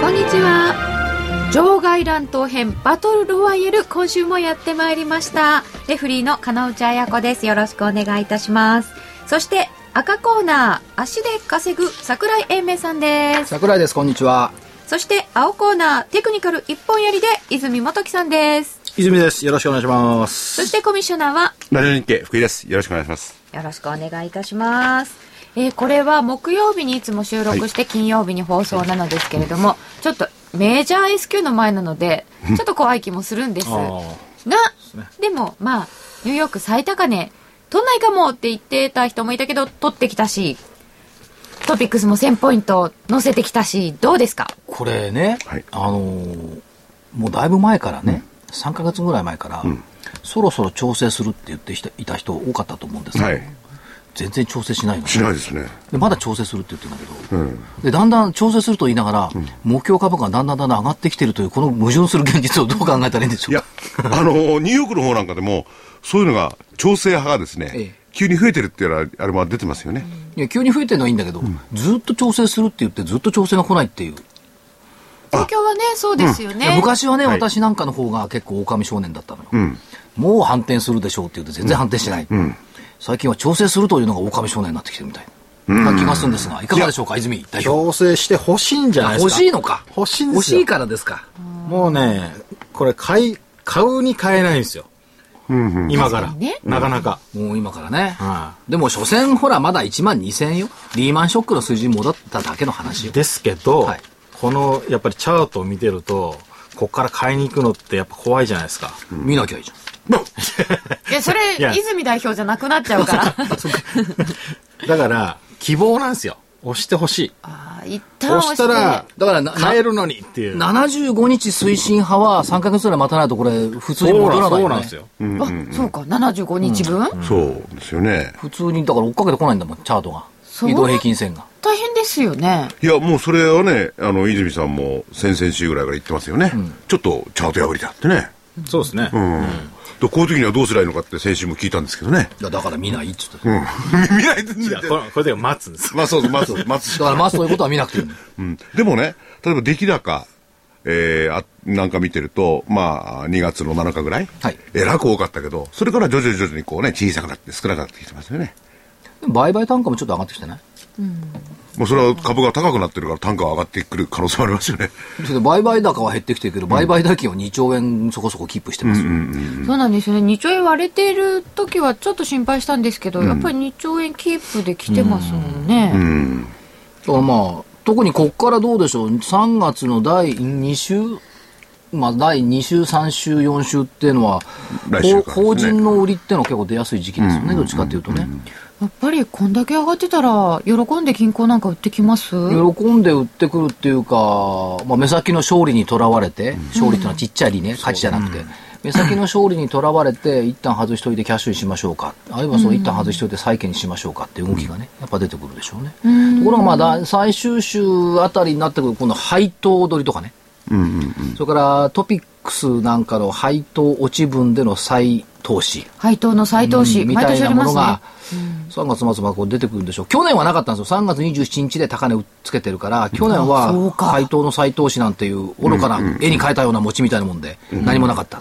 こんにちは場外乱闘編バトルロワイヤル今週もやってまいりましたレフリーの金内彩子ですよろしくお願いいたしますそして赤コーナー足で稼ぐ桜井英明さんです桜井ですこんにちはそして青コーナーテクニカル一本やりで泉元樹さんです泉です。よろしくお願いしまそす。してコミッショナーはラジオ日経福井です。よろしくお願いします。よろしくお願いいたします。えーこれは木曜日にいつも収録して金曜日に放送なのですけれども、ちょっとメジャー S q の前なので、ちょっと怖い気もするんです。あがー、でもまあ、ニューヨーク最高値、取んないかもって言ってた人もいたけど、取ってきたし、トピックスも1000ポイント乗せてきたし、どうですかこれね、はいあのーもうだいぶ前からね、3ヶ月ぐらい前から、そろそろ調整するって言ってひたいた人多かったと思うんですよ、はい。全然調整しないのしないですね。でまだ調整するって言ってるんだけど、うん。でだんだん調整すると言いながら、目標株価がだんだんだんだん上がってきてるというこの矛盾する現実をどう考えたらいいんでしいょうやか、あの、ニューヨークの方なんかでも、そういうのが、調整派がですね、ええ急に増えてるっていうのは、あれも出てますよね。いや急に増えてるのはいいんだけど、ずっと調整するって言ってずっと調整が来ないっていう、東京はね、そうですよいやね。昔はね、はい私なんかの方が結構狼少年だったのよ、うん。もう反転するでしょうって言って全然反転してない、ん最近は調整するというのが狼少年になってきてるみたいな気がするんですがいかがでしょうか泉代表強制して欲しいんじゃないですか。欲しいのか欲しいんですよ。欲しいからですかもうね、これ買い、買うに買えないんですよ。今から。確かにねなかなか。もう今からね、はでも所詮ほらまだ1万2000円よリーマンショックの数字に戻っただけの話よですけど、はいこの、やっぱりチャートを見てると、こっから買いに行くのってやっぱ怖いじゃないですか。見なきゃいいじいや、それいや、泉代表じゃなくなっちゃう から。だから、希望なんですよ。押してほしい。あー一旦押押ししてたら、だからな買えるのにっていう。ゃん75日推進派は3ヶ月ぐらい待たないとこれ普通に戻らないよ、ね、そうなんですよ。あ、そうか、75日分、そうですよね。普通にだから追っかけてこないんだもんチャートがそう移動平均線が大変ですよね。いや、もうそれはね、あの、泉さんも先々週ぐらいから言ってますよね。ちょっとチャート破りだってね。そうですね。うん。でこういう時にはどうすりゃいいのかって先週も聞いたんですけどね。いやだから見ないっつってうん。 見ないでいやこれ、これで待つんです。まあそうそう、待つ、待つだからまあそういうことは見なくていいのうん、でもね、例えば出来高、えーあなんか見てると、まあ、2月の7日ぐらい、はいえらく多かったけど、それから徐々に徐々にこうね、小さくなって少なくなってきてますよね。でも売買単価もちょっと上がってきてないもうそれは株が高くなってるから単価が上がってくる可能性もありますよね。それで売買高は減ってきてるけど、売買代金は2兆円そこそこキープしてますよ、そうなんですよね。2兆円割れている時はちょっと心配したんですけど、やっぱり2兆円キープできてますもんね。うん。だからまあ特にこっからどうでしょう3月の第2週まあ第2週3週4週っていうのは、来週法からですね法人の売りっていうのは結構出やすい時期ですよね、どっちかっていうとね、やっぱりこんだけ上がってたら、喜んで銀行なんか売ってきます喜んで売ってくるっていうか、まあ、目先の勝利にとらわれて、勝利っていうのはちっちゃい利ね、価値じゃなくて、目先の勝利にとらわれて、一旦外しといてキャッシュにしましょうか、あるいはその一旦外しといて債券にしましょうかっていう動きがね、やっぱ出てくるでしょうね。ところがまあだ、最終週あたりになってくる、この配当取りとかね、うんうんうん。それからトピックスなんかの配当落ち分での再投資。配当の再投資、み毎たい年なありもまのすがね。、 3月末までこう出てくるんでしょう。去年はなかったんですよ。3月27日で高値をつけてるから、去年あそうはか配当の再投資なんていう愚かな絵に描いたような餅みたいなもんで、何もなかった。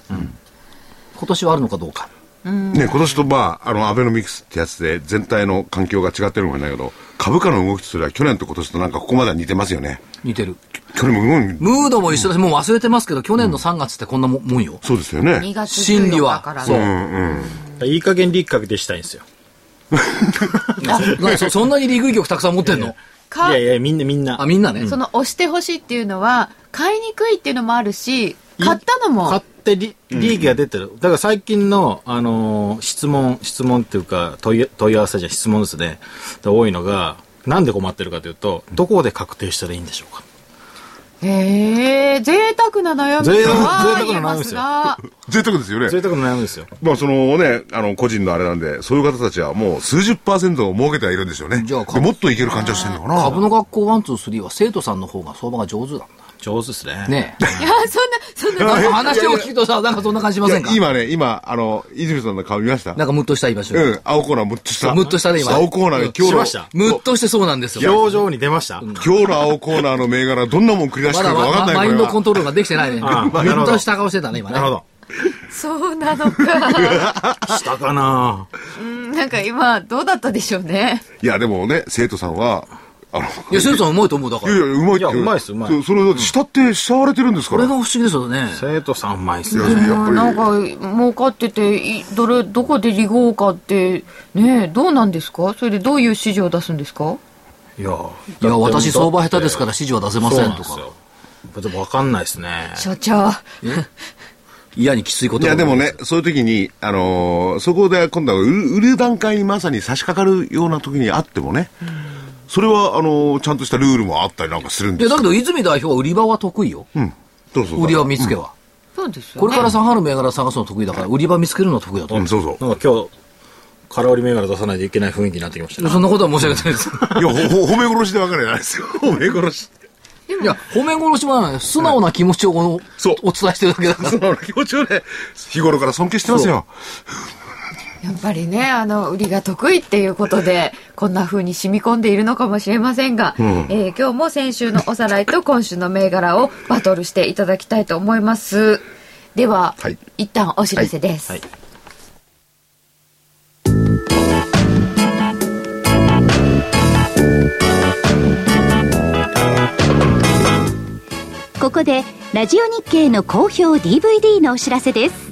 今年はあるのかどうか。ね、今年とまあ、あの、アベノミクスってやつで全体の環境が違ってるのもないけど、株価の動きとすれば去年と今年となんかここまでは似てますよね。似てる。去年も、うん、ムードも一緒だし、もう忘れてますけど、去年の3月ってこんなももんよ。そうですよね2。月心理14は日から。そうね。いい加減立格でしたいんですよ。なそ そんなにリーグ局たくさん持ってんのかいやいや、みんなみんな。あ、みんなね。その押してほしいっていうのは、買いにくいっていうのもあるし、買ったの買っも、て利利益が出てる、だから最近の、あのー質問質問っていうか問い問い合わせじゃ質問ですねで多いのがなんで困ってるかというとどこで確定したらいいんでしょうかへえ、贅沢な悩みと贅沢は贅言え沢な悩まみですすよが、贅沢ですよね。贅沢な悩みですよ。まあそのね、あの個人のあれなんで、そういう方たちはもう数十パーセントを儲けてはいるんでしょうね。じゃあでもっといける感じはしてるのかな。株の学校ワンツースリーは生徒さんの方が相場が上手なんだ。上手ですね。ね え。いや、 そんな、そんな、話を聞くとさ、なんかそんな感じしまいせやんか今ね、今、あの、泉さんの顔見ましたなんかムッとした今しうん、青コーナームッとした。ムッとしたね今青コーナーで今日しのました、ムッとしてそうなんですよ。表情に出ました今日の青コーナーの銘柄どんなもん繰り出してまくだるかわかまんないマインこれドはコントロールができてないね。ムあなるッほどとした顔してたね、今ね。なるほど。そうなのか。したかな なんか今、どうだったでしょうね。いや、でもね、生徒さんは、あの、いや、生徒さんうまいと思うだかいやいら。や、うまいって。いやうまいっすうまそいそれ、慕って慕われてるんですこかれら。が不思議ですよね。生徒さんうまいっすいねや。やっぱり。なんか、儲かってて、いどれ、どこで利号かって、ねえどうなんですかそれでどういう指示を出すんですかいや、いや、私相場下手ですからら指示は出せませんとそか。うなんですよ。でもわかんないですね。所長。嫌にきついこといや、でも。ね、そういう時に、あのーそこで今度は売る売る段階にまさに差し掛かるような時にあってもね、それは、あのーちゃんとしたルールもあったりなんかするんいでや、すだよ。けど泉代表は売り場は得意よ。うん。そうそうそう。売り場見つけは。そうですよこね。れから下がる銘柄探すの得意だから、売り場見つけるの得意だとう思ん、そうそう。なんか今日、空売り銘柄出さないといけない雰囲気になってきましたう。ね。そんなことは申し上げてないです。いや、ほ、 ほ褒め殺しで分かれないですよ。褒め殺し。 いや、褒め殺しもない。素直な気持ちをこの、そうお伝えしてるだけだから。その気持ちをね、日頃から尊敬してますよ。やっぱりね、あの、売りが得意っていうことで、こんな風に染み込んでいるのかもしれませんが、えー今日も先週のおさらいと今週の銘柄をバトルしていただきたいと思います。では、はい一旦お知らせです。ここでラジオ日経の好評 DVD のお知らせです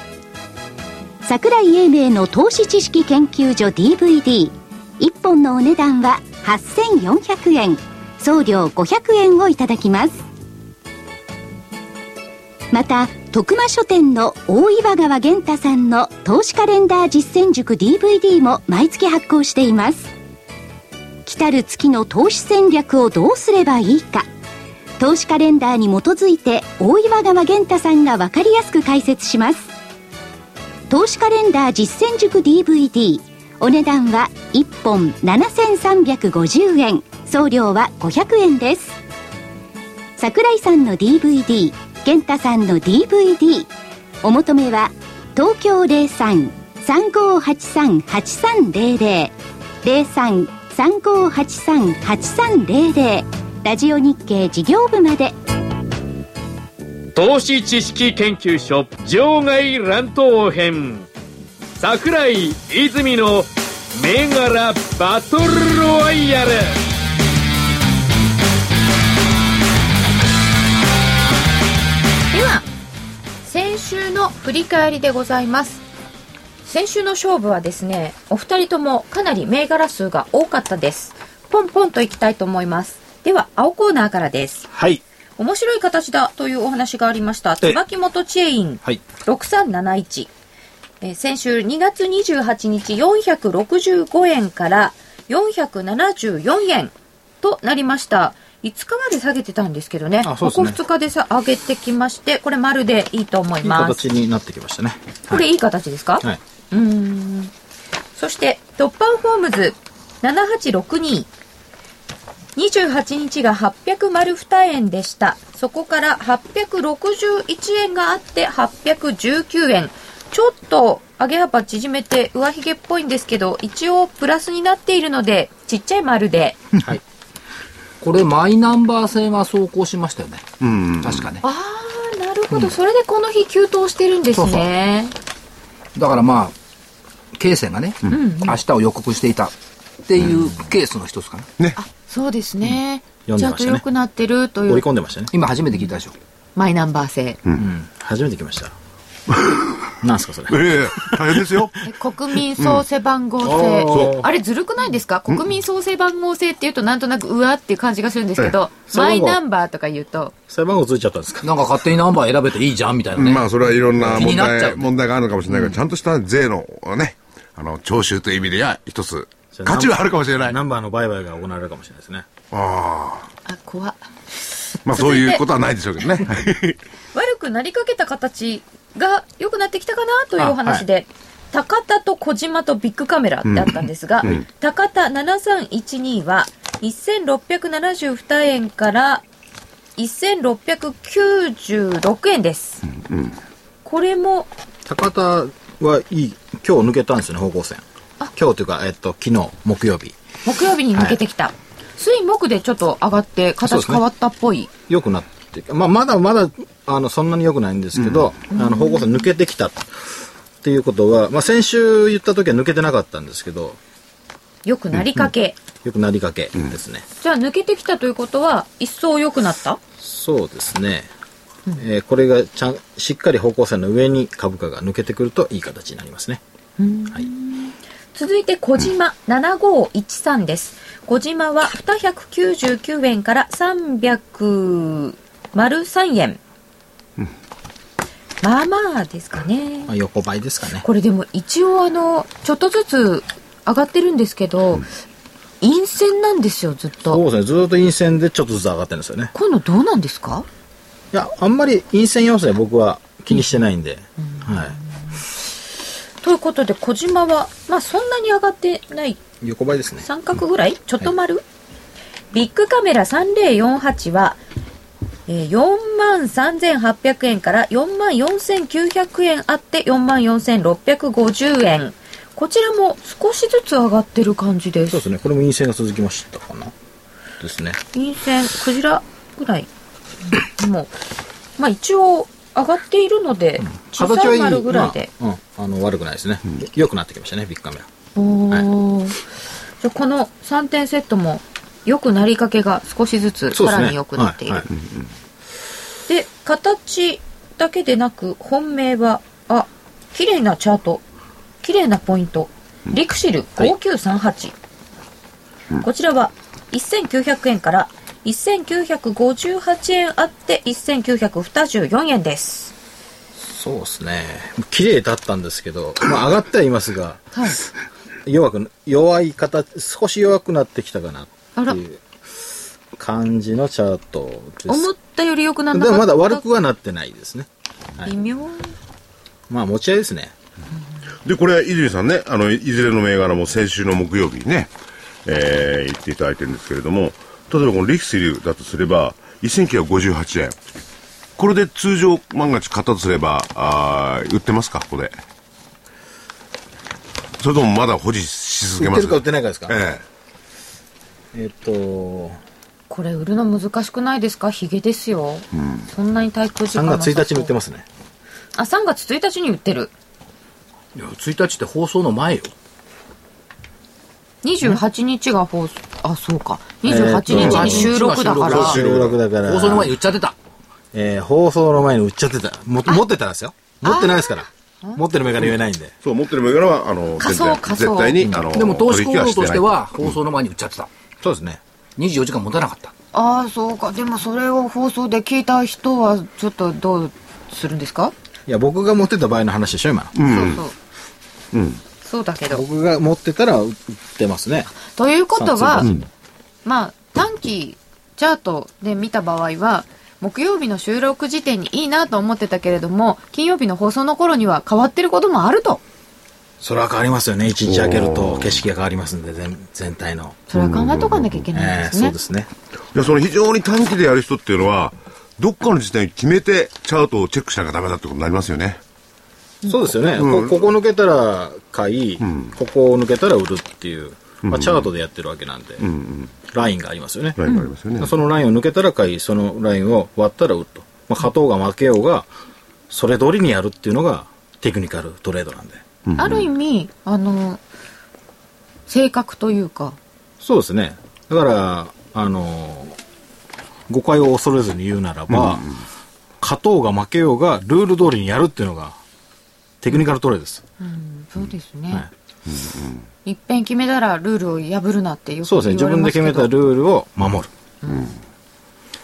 桜井英明の投資知識研究所 DVD1 本のお値段は8400円送料500円をいただきますまた徳間書店の大岩川源太さんの投資カレンダー実践塾 DVD も毎月発行しています来たる月の投資戦略をどうすればいいか投資カレンダーに基づいて大岩川源太さんが分かりやすく解説します投資カレンダー実践塾 DVD お値段は1本7350円送料は500円です桜井さんの DVD 健太さんの DVD お求めは東京03-3583-8300 03-3583-8300ラジオ日経事業部まで投資知識研究所場外乱闘編桜井泉の銘柄バトルロワイヤルでは先週の振り返りでございます先週の勝負はですねお二人ともかなり銘柄数が多かったですポンポンといきたいと思いますでは青コーナーからですはい。面白い形だというお話がありましたえ椿本チェインはい。 6371、えー先週2月28日465円から474円となりました5日まで下げてたんですけどねあそうですねここ2日でさ上げてきましてこれ丸でいいと思いいいます形になってきましたね。これいい形ですか、はい。うーんそして突破ホームズ7862 28日が800丸2円でした。そこから861円があって819円。ちょっと上げ幅縮めて上髭っぽいんですけど、一応プラスになっているので、ちっちゃい丸で。はい。これ、マイナンバー制が走行しましたよね。うん。確かね。あー、なるほど。それでこの日急騰してるんですね。だからまあ、経線がね、明日を予告していたっていうケースの一つかな。そうですね。うん読んちでゃんとましたね良くなってるとい織りう込んでましたね。今初めて聞いたでしょ。マイナンバー制。うん。初めて来ました。 なんすか、それ。ええ大変ですよ。え国民創生番号制、あれずるくないですか国民創生番号制っていうとなんとなくうわっていう感じがするんですけど、えマイナンバーとか言うと裁判号ついちゃったんですかなんか勝手にナンバー選べていいじゃんみたいなね。まあ、それはいろんな気に問なっちゃう題、問題があるのかもしれないけど、ちゃんとした税のね、あの、徴収という意味では、一つ、価値はあるかもしれない。ナあンバーの売買が行われるかもしれないですね。あ。あ怖っまあ、そういうことはないでしょうけどね。悪くなりかけた形が良くなってきたかなというお話で、高田と小島とビッグカメラってあったんですが、高田7312は1672円から1696円です、これも高田はいい、今日抜けたんですよね、方向線。今日というか、えっと、昨日、木曜日。木曜日に抜けてきた、水木でちょっと上がってそ形うですね変わったっぽい、良くなって、まあ、まだまだ、あの、そんなに良くないんですけど、あの、方向線抜けてきたっていうことは、まあ、先週言った時は抜けてなかったんですけど、良くなりかけ、よくなりかけですね。じゃあ抜けてきたということは一層良くなったそうですね。えーこれがちゃんしっかり方向線の上に株価が抜けてくるといい形になりますね。続いて小島7513です。小島は299円から303円。まあまあですかねま。あ、横ばいですかね。これでも一応あの、ちょっとずつ上がってるんですけど、陰線なんですよ、ずっそうと。ですね。ずーっと陰線でちょっとずつ上がってるんですよね。今度どうなんですかいや、あんまり陰線要素は僕は気にしてないんで。はい。ということで小島は、まあそんなに上がってない横ばいですね。三角ぐらいちょっと丸、ビッグカメラ3048は、えー、4万3800円から4万4900円あって4万4650円こちらも少しずつ上がってる感じでそうすですね。これも陰線が続きましたかな。ですね。陰線クジラぐらいもうまあ一応上がっているので小さい丸ぐらいで、まあうん。あの、悪くないですね。良くなってきましたね、ビッグカメラ。おーじゃあこの3点セットも良くなりかけが少しずつそうさですね。らに良くなっている、はいはいで形だけでなく本命はあ綺麗なチャート綺麗なポイントリクシル5938、こちらは1900円から1958円あって1924円ですそうですね。綺麗だったんですけど、まあ上がってはいますが、はい弱く、弱い形、少し弱くなってきたかなっていう感じのチャートです。思ったより良くならでなかもったまだ悪くはなってないですね。微妙まあ持ち合いですね。で、これ、泉さんね、あの、いずれの銘柄も先週の木曜日にね、えー言っていただいてるんですけれども、例えばこのリクスリューだとすれば、1958円。これで通常万が一買ったとすれば、あー売ってますか、ここで。それともまだ保持し続け売っまてするか売ってないかですか。ええっと、これ売るの難しくないですかヒゲですよ、そんなに対空時間3なさ月そう1日に売ってますね。あ3月1日に売ってるいや1日って放送の前よ。 28日が放送あそうか28日に収録だから、あ収録だから。放送の前に売っちゃってた。えー放送の前に売っちゃってた。も持ってたらですよ。持ってないですから。持ってるメガネ言えないんでえ。そう、持ってる銘柄は、あの、仮全想然仮想絶対に、あの、でも投資行取引動としてはしてない放送の前に売っちゃってた。そうですね。 24時間持たなかった。ああそうかでもそれを放送で聞いた人はちょっとどうするんですか、いや、僕が持ってた場合の話でしょ、今の。そうそう、うんそうだけど僕が持ってたら売ってますね。ということは、そうそまあ短期チャートで見た場合は木曜日の収録時点にいいなと思ってたけれども金曜日の放送の頃には変わってることもあるとそれは変わりますよね。一日開けると景色が変わりますんで、全全体の。それは考えとかなきゃいけないんえでーすね、そうですね。いや、その非常に短期でやる人っていうのは、どっかの時点に決めて、チャートをチェックしなきゃダメだってことになりますよね。そうですよね。うんこここ抜けたら買い、ここを抜けたら売るっていう、まあ、チャートでやってるわけなんで、ラインがありますよね。ラインがありますよね。そのラインを抜けたら買い、そのラインを割ったら売ると。まあ、勝とうが負けようが、それ通りにやるっていうのがテクニカルトレードなんで。ある意味あの性格というかそうですね。だから、あの誤解を恐れずに言うならば、勝とうが負けようが、ルール通りにやるっていうのが、テクニカルトレーです。そうですね、いっぺん決めたらルールを破るなってよくそうですね。自言われ分まですけ決どめたルールを守る。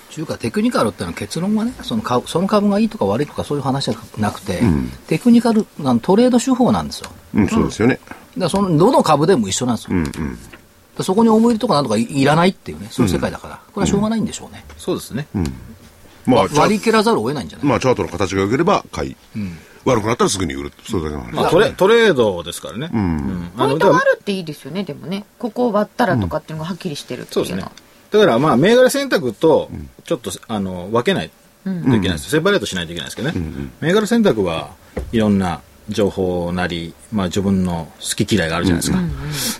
中華テクニカルってのは結論はねその株その株がいいとか悪いとかそういう話じゃなくて、テクニカルあのトレード手法なんですよだかうん、そうですよね。らそのどの株でも一緒なんですよ、だからそこに思い入れとかなんとかいいらないっていうねそういう世界だから、これはしょうがないんでしょうね、そうですね。まあ、チャ割り切らざるを得ないんじゃない、まあ、チャートの形が良ければ買い。悪くなったらすぐに売る。それだけの話。まあ、トレトレードですからね。うんあポイのンだトかがあらるっていいですよねでもねここを割ったらとかっていうのがはっきりしてるってそういでうすねのは、。だからまあ、銘柄選択と、ちょっと、あの、分けないといけないです。セパレートしないといけないですけどね。銘柄選択はいろんな情報なり、まあ自分の好き嫌いがあるじゃないですか。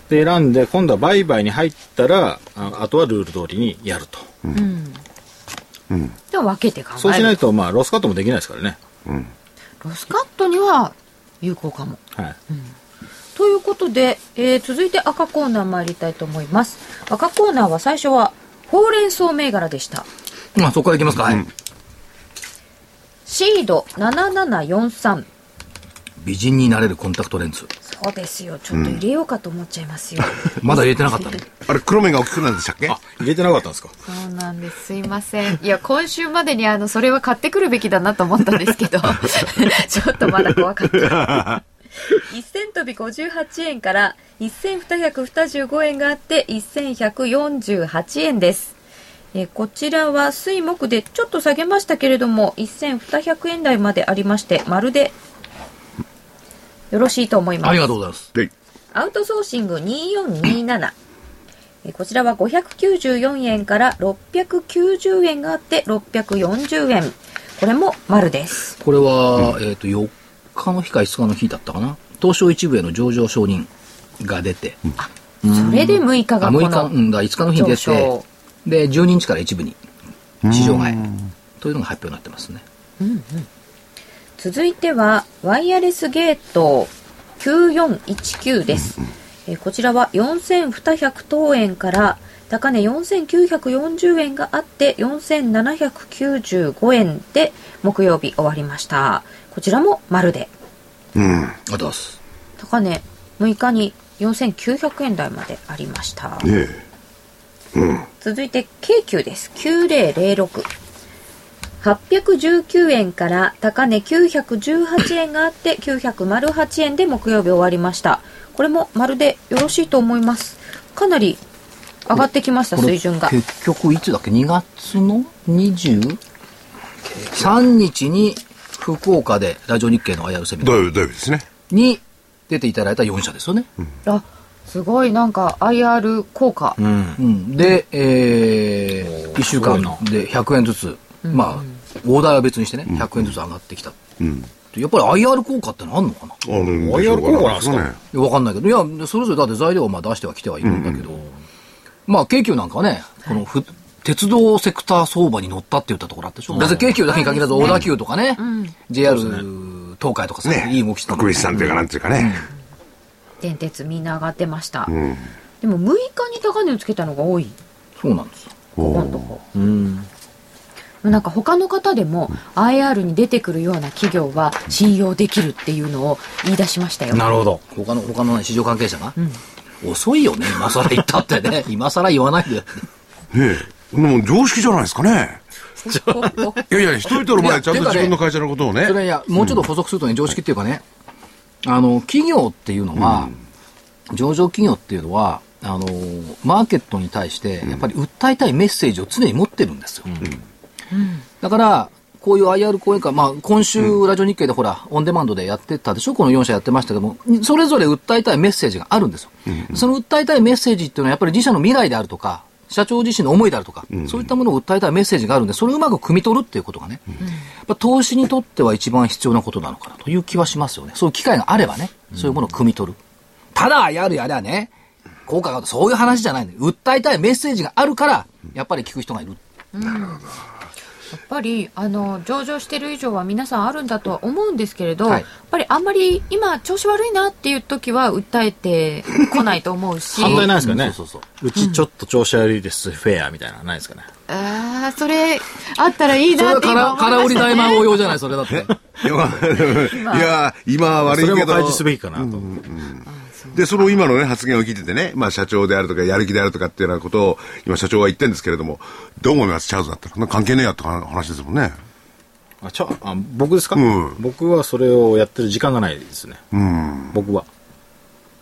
で、選んで、今度は売買に入ったら、ああとはルール通りにやると。では分けて考えるそうしないと、まあ、ロスカットもできないですからね。ロスカットには有効かもはい。ということで、えー続いて赤コーナー参りたいと思います赤コーナーは最初はほうれん草銘柄でしたまあ、そこからいきますか、はいシード7743美人になれるコンタクトレンズそうですよちょっと入れようかと思っちゃいますよ、まだ入れてなかったねあれ、黒目が大きくなるんでしたっけあ、入れてなかったんですか。そうなんです。すいません。いや、今週までにあの、それは買ってくるべきだなと思ったんですけ ど、ちょっとまだ怖かった。1000飛び58円から1225円があって1148円です。えーこちらは水木でちょっと下げましたけれども、1200円台までありまして、まるでよろしいと思いま すあり。がとうございますで、アウトソーシング2427。えーこちらは594円から690円があって640円。これも丸です。これは、えっ、と4日の日か5日の日だったかな東証一部への上場承認が出て、それで6日あがこ6日、のうん、だから5日の日に上出昇て。で12日から一部に市場外というのが発表になってますね続いてはワイヤレスゲート9419です。えーこちらは4200等円から高値4940円があって4795円で木曜日終わりました。こちらも丸で。うん。ありがとうございます高値6日に4900円台までありましたね続いて京急です9006 819円から高値918円があって908円で木曜日終わりましたこれもまるでよろしいと思いますかなり上がってきましたこれ水準が結局いつだっけ2月の23日に福岡でラジオ日経の IR セミえ。ナ土ー曜日、土曜日ですね。に出ていただいた4社ですよね、あすごいなんか IR 効果、うん。うんで、えー、1週間で100円ずつ、まあオーダーは別にしてね100円ずつ上がってきた、うん。やっぱり IR 効果ってのあんのかなあるワイヤル効果なんですかね。いやわかんないけど、いや、それぞれだって材料をまあ出してはきてはいるんだけど、まあ、京急なんかはね、このふ、鉄道セクター相場に乗ったって言ったところあったでしょ。別に京急だけに限らず、小田急とかね、JR 東海とかさ、ね。いい動きしてた国立さんっていうか、なんていうかね。電鉄みんな上がってました、うん。でも6日に高値をつけたのが多いそうなんですよ。ここのとこなんか他の方でも IR に出てくるような企業は信用できるっていうのを言い出しましたよなるほど。他の、他のね市場関係者が。遅いよね、今更言ったってね。今更言わないで。ねえ。でも常識じゃないですかね。いやいや、一人とおい前、やちゃんとてかね自分の会社のことをねそ。れいや、もうちょっと補足するとね、常識っていうかね、あの、企業っていうのは、上場企業っていうのは、あの、マーケットに対して、やっぱり訴えたいメッセージを常に持ってるんですよ。だから、こういう IR 講演会、まあ、今週、ラジオ日経でほら、オンデマンドでやってたでしょこの4社やってましたけども、それぞれ訴えたいメッセージがあるんですよ。その訴えたいメッセージっていうのは、やっぱり自社の未来であるとか、社長自身の思いであるとか、そういったものを訴えたいメッセージがあるんで、それをうまく汲み取るっていうことがね、やっぱ投資にとっては一番必要なことなのかなという気はしますよね。そういう機会があればね、そういうものを汲み取る。ただ IR やりゃね、効果があるとそういう話じゃないのよ訴えたいメッセージがあるから、やっぱり聞く人がいる。やっぱりあの上場してる以上は皆さんあるんだとは思うんですけれど、はいやっぱりあんまり今調子悪いなっていう時は訴えてこないと思うし反対ないですかね、うそうそうちちょっと調子悪いです、フェアみたいなのないですかねああそれあったらいいそれなっはてカ今ラ思いカラまオしリた大ね魔王用じゃない、それだって。い や、いや今は悪いそれけも開ど示。すべきかなと、で、その今のね、発言を聞いててね、まあ社長であるとか、やる気であるとかっていうようなことを、今社長は言ってるんですけれども、どう思いますチャールズだったら。なんか関係ねえやって話ですもんね。あちょあ僕ですか、うん僕はそれをやってる時間がないですね、うん。僕は、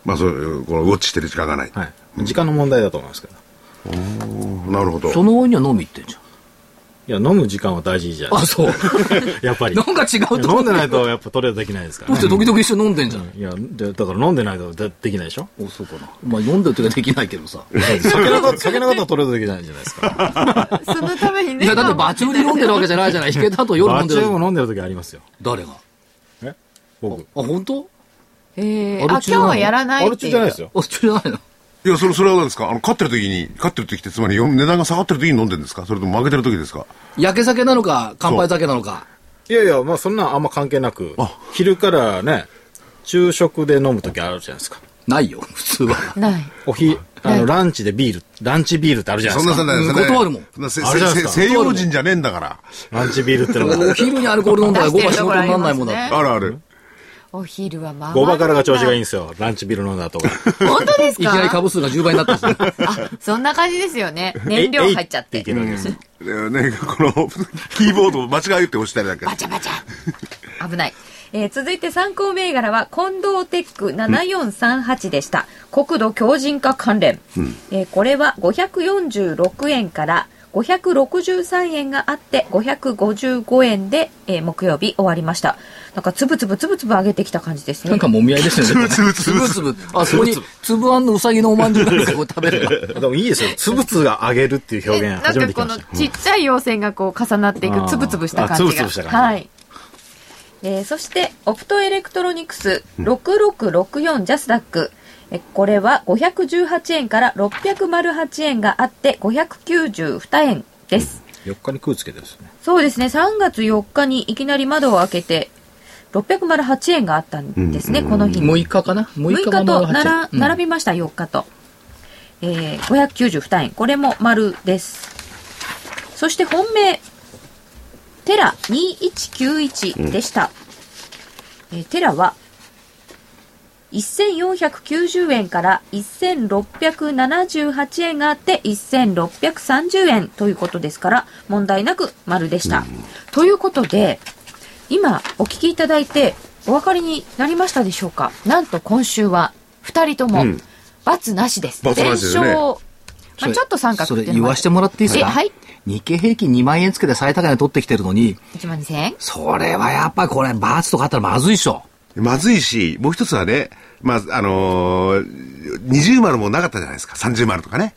まあ、そういう、このウォッチしてる時間がない。はい、時間の問題だと思いますけどなるほど。その割には飲み行ってんじゃん。いや飲む時間は大事じゃないあ、そう。 やっぱりなんか違うといや飲んでないとやっぱトレードできないですかだら、って時々一緒に飲んでんじゃん。いやでだから飲んでないとでできないでしょお、そうかな。まあ飲んでる時はできないけどさ。酒のこと酒のことはトレードできないじゃないですかそのためにいねや、だってバチューで飲んでるわけじゃないじゃない。引けた後夜飲バんーでチるュー。も飲んでる時ありますよ誰があ、え僕本当えアー、あ今ル日中なのはやらないアルって中いじゃないうですよあ、それじゃないのいや、それ、それは何ですかあの、勝ってる時に、勝ってる時って、つまりよ値段が下がってる時に飲んでるんですかそれとも負けてる時ですか焼け酒なのか、乾杯酒なのか。いやいやまあそんなんあんま関係なくあ昼からね昼食で飲む時あるじゃないですかないよ、普通は。ないおひあのランチでビールランチビールってあるじゃないそでんすな、かそんな、そんな。断るもんそんなせあれじゃないですせか西洋人じゃねえんだから。ランチビールっ てのおが昼にアルコール飲んだら午後は仕事にならないもん出しだてるとこあるある。お昼はまあごばからが調子がいいんですよランチビール飲んだ後が本当です いきなりか株数が10倍になったし。あそんな感じですよね燃料入っちゃっ えいていてるわけですよでね、この、キーボードを間違えて押したりなんかバ。チャバチャ 危ない、えー続いて参考銘柄は近藤テック7438でした、国土強靭化関連、えーこれは546円から563円があって555円で、えー木曜日終わりましたなんかつぶつぶつぶつぶ上げてきた感じですなねんかもみ合いですよね。つぶつつぶぶつぶ。あ、そこに、つぶあんのうさぎのおまんじゅうがそこに食べれば。でもいいですよつぶつが上げるっていう表え現なん初かめて聞こきのましたちっちゃい妖精がこう重なっていあくーつぶつぶした感じがあつぶつぶした感じはいえーそしてオプトエレクトロニクス6664ジャスダックえこれは518円から608円があって592円です4日に食うつけてですねそうですね3月4日にいきなり窓を開けて608円があったんですね、この日に6日かな ?6 日6日がとなら、並並びました4日と、えー、592円これも丸ですそして本命テラ2191でした、えーテラは1490円から1678円があって1630円ということですから問題なく丸でした、ということで今お聞きいただいてお分かりになりましたでしょうかなんと今週は2人とも罰なしです、罰全なしですね勝、まあ、ちょっと三角そってれいうの言もあわるしてもらっていいですかえはい日経平均2万円つけて最高値取ってきてるのに、 1万2000円それはやっぱりこれ、バーツとかあったらまずいっしょ。まずいし、もう一つはね、まあ、あのー、二重丸もなかったじゃないですか、三重丸とかね。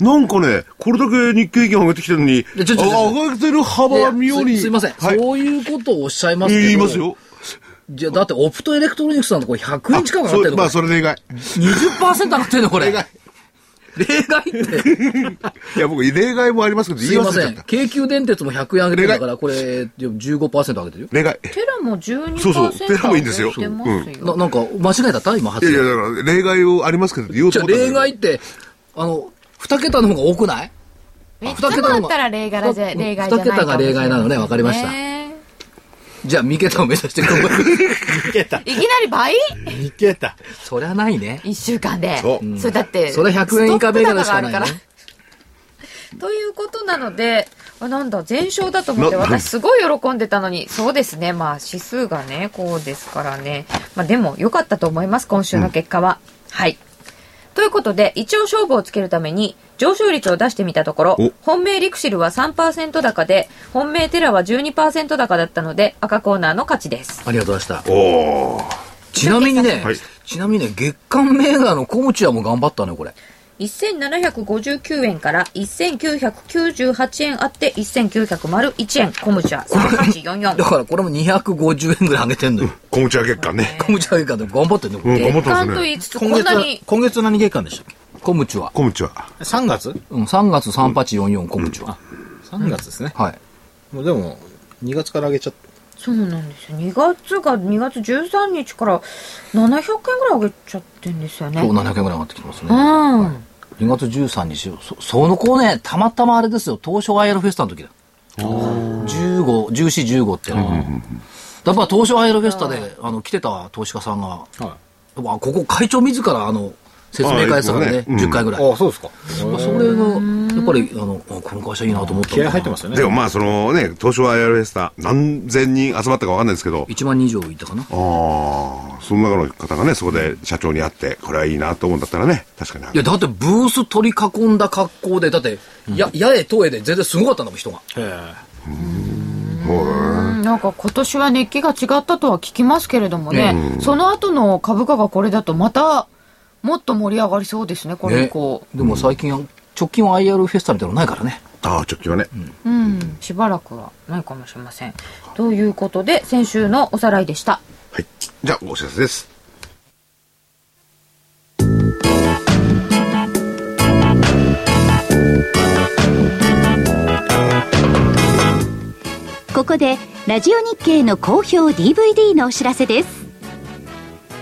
なんかね、これだけ日経平均上げてきてるのに、やちょちょちょ上げてる幅は妙に。すすいません、はい。そういうことをおっしゃいますけど。言いますよ。じゃあだってオプトエレクトロニクスなんてこれ100円近く上がってそるうのまこあ、れそれで意外。 20%上がってるのこれ。例外って。いや、僕、例外もありますけど、すい言い忘まれちゃせっんた。。京急電鉄も100円上げてるんだから、これ15%上げてるよ。例外。テラも12%そうそうテラもいいんですよ上げてますよななんか間違えたった今い発やいや、言。だから、例外をありますけど、言おうじゃとあ思ったんだけ例ど外って、あの、2桁の方が多くないいつ二桁ものあ方がったら例外じゃ、例外じゃない二桁が例外なのねわかりましたねじゃあ三桁を目指して頑張る。いけたいきなり倍いけたそりゃないね。一週間で。そうそれだって。それ100円以下銘柄しかないねストップ高があるから。ということなので、あなんだ、全勝だと思って、な私すごい喜んでたのに、そうですね、まあ指数がね、こうですからね。まあでも良かったと思います、今週の結果は。はい。ということで、一応勝負をつけるために、上昇率を出してみたところお、本命リクシルは3%高で、本命テラは12%高だったので、赤コーナーの勝ちです。ありがとうございました。おー。ちなみにねはい、ちなみにね、月間銘柄のコムチアも頑張ったね、これ。 1759円から1998円あって1901円コムチャだ3844からこれも250円ぐらい上げてんのよ。小口上げっかね。コムチア以下で頑張ってんのよ、こうれん、頑張月った間んとですね。言いつつこん今月なはに今月何月間でしたっけコムチは。こんにちは。 3月うん、3月3844コムチは。 3月ですね、はい。もうでも、2月から上げちゃっそうなんですよ。2月が2月13日から700円ぐらい上げちゃってんですよね。今日700円ぐらい上がってきてますね。うんはい2月13日、そその子ね、たまたまあれですよ、東証 IR フェスタの時だ。15、14、15って。やっぱ東証 IR フェスタであの来てた投資家さんが、た。はやっぱここ会長自らあの説明会したからね、ああいつもねうん10回ぐらい。ああ、そうですか。まあそれが、やっぱり、あの、あこの会社いいなと思った。気合入ってますすよね。でもまあ、そのね、東証 IR フェスタ、何千人集まったかわかんないですけど、 1万人以上いたかな。ああ、その中の方がね、そこで社長に会って、これはいいなと思うんだったらね、確かに。いや、だってブース取り囲んだ格好で、だって、や、やえとえで全然すごかったんだもん、人が。へうえんなんか今年は熱気が違ったとは聞きますけれどもね、その後の株価がこれだとまたもっと盛り上がりそうですね、これ以降。でも最近、直近は IR フェスタみたいなのないからね。ああ、直近はね。うん、しばらくはないかもしれません。ということで、先週のおさらいでした。はい。じゃあ、お知らせです。ここでラジオ日経の好評 DVD のお知らせです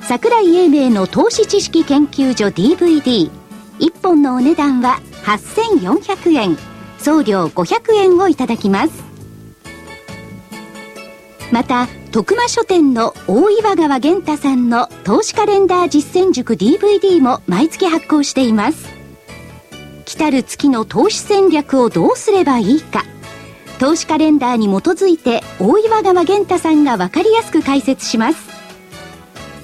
桜井英明の投資知識研究所 DVD1 本のお値段は8400円送料500円をいただきますまた徳間書店の大岩川源太さんの投資カレンダー実践塾 DVD も毎月発行しています来たる月の投資戦略をどうすればいいか投資カレンダーに基づいて大岩川源太さんが分かりやすく解説します